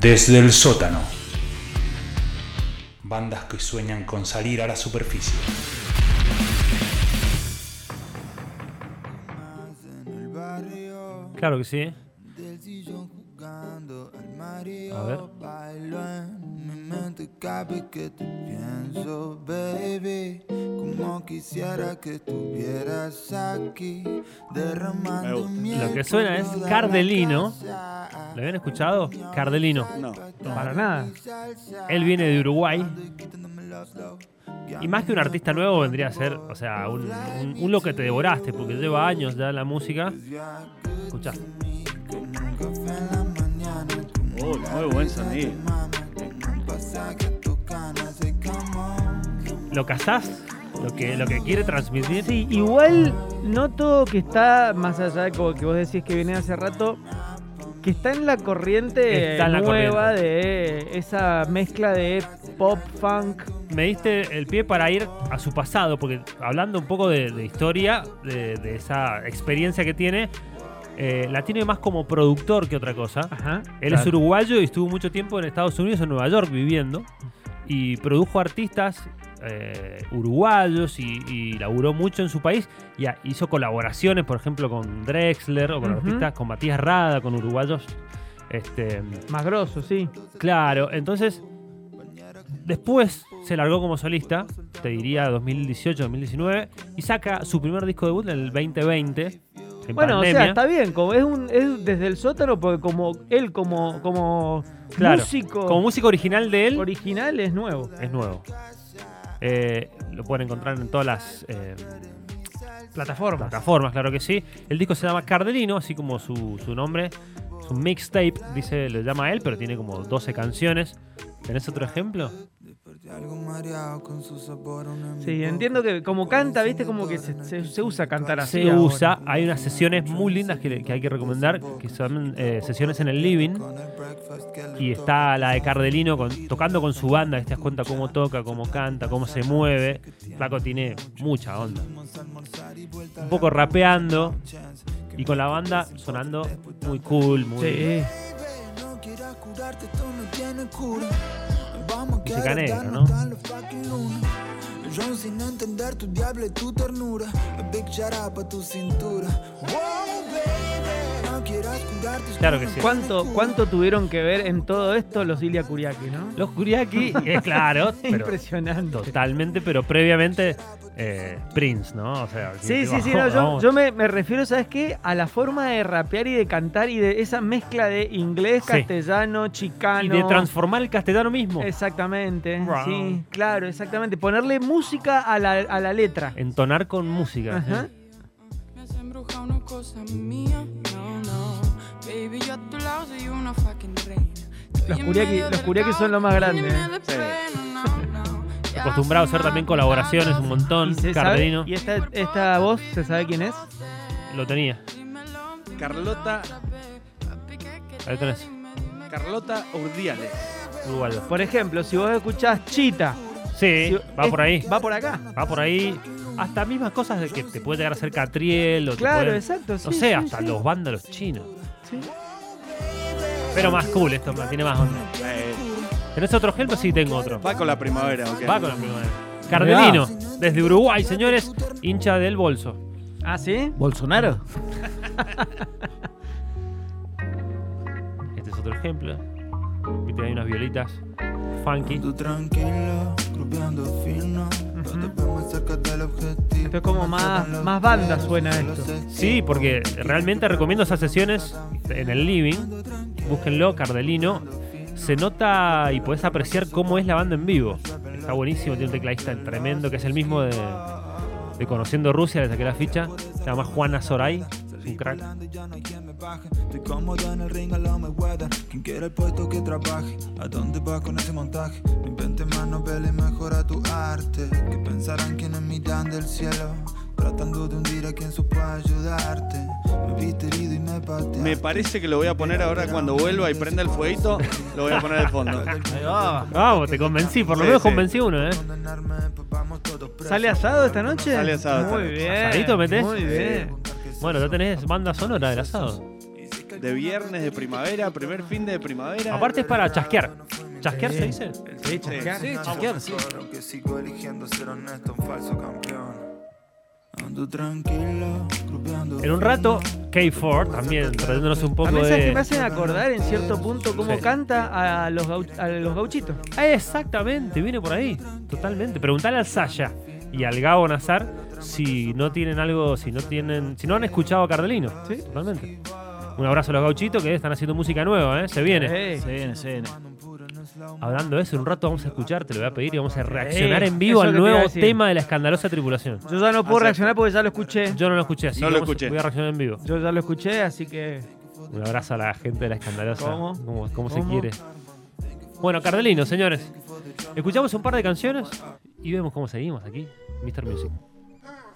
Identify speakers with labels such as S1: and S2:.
S1: Desde el sótano. Bandas que sueñan con salir a la superficie.
S2: Claro que sí.
S3: del sillón jugando al Mario.
S2: A ver.
S3: Bailo en mi mente, cabe que te pienso, baby. Como quisiera que estuvieras aquí, derramando miel
S2: Lo que suena es
S3: por toda la
S2: Cardelino.
S3: casa.
S2: ¿Lo habían escuchado? Cardelino.
S4: No.
S2: Para nada. Él viene de Uruguay. Y más que un artista nuevo vendría a ser, o sea, un, un, un lo que te devoraste, porque lleva años ya en la música. Escuchá.
S4: Oh, muy buen sonido.
S2: Lo casás, lo que, lo que quiere transmitir.
S5: Sí, igual noto que está más allá de como que vos decís que viene hace rato, que está en la corriente
S2: Está en la
S5: nueva de esa mezcla de pop funk.
S2: Me diste el pie para ir a su pasado, porque hablando un poco de, de historia, de, de esa experiencia que tiene, eh, la tiene más como productor que otra cosa.
S5: Ajá.
S2: Él es uruguayo y estuvo mucho tiempo en Estados Unidos, en Nueva York, viviendo. Y produjo artistas eh, uruguayos y, y laburó mucho en su país. Y a- hizo colaboraciones, por ejemplo, con Drexler o con
S5: Ujú.
S2: artistas, con Matías Rada, con uruguayos. Este,
S5: Más grosso, sí.
S2: claro, entonces después se largó como solista, te diría 2018-2019, y saca su primer disco debut en el 2020. en
S5: Bueno, o sea,
S2: pandemia.
S5: está bien, como es un es desde el sótano porque como él como como
S2: Claro,
S5: músico
S2: como música original de él.
S5: original es nuevo.
S2: es nuevo. Eh, lo pueden encontrar en todas las eh,
S5: Plataforma.
S2: plataformas, claro que sí. El disco se llama Cardelino, así como su, su nombre. Es un mixtape, dice, lo llama él, pero tiene como 12 canciones. ¿Tenés otro ejemplo?
S3: Algo mareado con su sabor en mi
S5: Sí,
S3: boca.
S5: entiendo que como canta, viste, como que se, se- se usa cantar así.
S2: Se
S5: ahora.
S2: usa, hay unas sesiones muy lindas que, le- que hay que recomendar, que son eh, sesiones en el living.
S3: Con el breakfast que le
S2: Y está la de Cardelino con- tocando con su banda, y te das cuenta cómo toca, cómo canta, cómo se mueve. Flaco tiene mucha onda. Un poco rapeando y con la banda sonando muy cool, muy...
S5: Sí.
S3: No quieras curarte, esto no tiene cura. Vamos a
S2: Y se canela,
S3: quedarnos
S2: ¿no?
S3: hasta la fucking luna. Yo sin entender tu diablo y tu ternura. A Big shout out pa' tu cintura. Wow, baby. No quieras curarte, esto
S2: Claro que sí.
S5: ¿Cuánto, ¿Cuánto tuvieron que ver en todo esto los Ilia Kuriaki, no?
S2: Los Kuriaki, es Eh, claro, pero
S5: Impresionante.
S2: totalmente, pero previamente eh, Prince, ¿no? O sea,
S5: Sí, sí,
S2: vamos,
S5: sí, no, yo,
S2: vamos.
S5: yo me, me refiero, ¿sabes qué? A la forma de rapear y de cantar y de esa mezcla de inglés,
S2: Sí.
S5: castellano, chicano.
S2: Y de transformar el castellano mismo.
S5: Exactamente,
S2: Wow.
S5: sí, claro, exactamente. Ponerle música a la, a la letra.
S2: Entonar con música.
S5: Ajá.
S2: ¿sí?
S6: Me has embrujado una cosa mía. No, no. Baby, yo a tu lado soy una fucking reina.
S5: Los Kuriaki- los Kuriaki son los más grandes, ¿eh?
S2: Acostumbrado a hacer también colaboraciones un montón.
S5: Y, se sabe-
S2: Cardelino
S5: y esta, esta voz, ¿se sabe quién es?
S2: lo tenía.
S4: Carlota,
S2: Ahí tenés.
S4: Carlota Urdiales.
S2: Uruguayo.
S5: Por ejemplo, si vos escuchás Chita.
S2: Sí,
S5: si-
S2: va
S5: es-
S2: por ahí.
S5: Va por acá.
S2: Va por ahí. Hasta mismas cosas de que te puede llegar a hacer Catriel o te
S5: Claro,
S2: pueden-
S5: exacto.
S2: No
S5: sí,
S2: sé,
S5: sí,
S2: hasta
S5: sí.
S2: los vándalos chinos.
S5: Sí.
S2: Pero más cool esto, más- tiene más onda.
S4: Eh,
S2: ¿Tenés otro ejemplo? Sí, tengo otro.
S4: va con la primavera, ok.
S2: Va con la primavera. Cardelino, desde Uruguay, señores, hincha del bolso.
S5: ¿Ah, sí?
S7: ¿Bolsonaro?
S2: Este es otro ejemplo. Viste, hay unas violitas funky.
S3: Tú tranquilo, grupeando fino. No te ves más cerca del objetivo.
S5: Esto es como más, más banda suena esto.
S2: Sí, porque realmente recomiendo esas sesiones en el living. Búsquenlo, Cardelino. Se nota y podés apreciar cómo es la banda en vivo. Está buenísimo, tiene un tecladista tremendo que es el mismo de, de Conociendo Rusia, le saqué la ficha. Se llama Juana Soray, es un crack.
S3: Ya no hay quien me baje. Estoy cómodo en el ring a la Mayweather. Quien quiera el puesto que trabaje. ¿A dónde vas con ese montaje? No inventes más novela y mejora tu arte. Que pensarán quienes miran del cielo. Tratando de hundir a quien supo ayudarte. Me viste herido y me pateaste.
S4: Me parece que lo voy a poner ahora cuando vuelva y prenda el fueguito, lo voy a poner de fondo.
S5: Ah.
S2: Vamos, te convencí, por lo
S4: Sí,
S2: menos
S4: sí.
S2: convencí uno, ¿eh?
S3: Condenarme, pues vamos todos presos. pues
S5: ¿Sale asado esta noche?
S4: Sale asado esta
S5: Muy
S4: noche.
S5: bien.
S2: ¿Asadito metés?
S5: Muy bien.
S2: Bueno, ya tenés banda sonora del asado.
S3: Hiciste el
S4: de viernes de primavera, primer fin de primavera.
S2: Aparte es para chasquear. ¿Chasquear se dice?
S5: Sí, chasquear.
S7: Sí, chasquear, sí.
S3: que sigo eligiendo ser honesto, un falso campeón. Ando tranquilo,
S2: En un rato, Kay Ford también trayéndonos un
S5: A
S2: poco
S5: mí sabes que me
S2: de.
S5: hacen acordar en cierto punto cómo
S2: Sí.
S5: canta a los, gau- a los gauchitos.
S2: Ah, exactamente, viene por ahí. Totalmente. Preguntale al Sasha y al Gabo Nazar si no tienen algo, si no tienen. Si no han escuchado a Cardelino.
S5: Sí.
S2: Totalmente. Un abrazo a los gauchitos que están haciendo música nueva, ¿eh? Se viene.
S5: Eh,
S7: Se viene, se viene.
S2: Hablando de eso, en un rato vamos a escuchar, te lo voy a pedir y vamos a reaccionar en vivo
S5: Eh, eso
S2: al
S5: que te iba a
S2: nuevo
S5: decir.
S2: tema de la escandalosa tripulación.
S5: Yo ya no puedo
S4: Acepto.
S5: reaccionar porque ya lo escuché.
S2: Yo no lo escuché, así
S4: No
S2: que
S4: lo
S2: vamos-
S4: escuché.
S2: voy a reaccionar en vivo.
S5: Yo ya lo escuché, así que.
S2: Un abrazo a la gente de la escandalosa.
S5: ¿Cómo?
S2: ¿Cómo, cómo se
S5: ¿Cómo?
S2: quiere? Bueno, Cardelino, señores. Escuchamos un par de canciones y vemos cómo seguimos aquí, Mr. Music.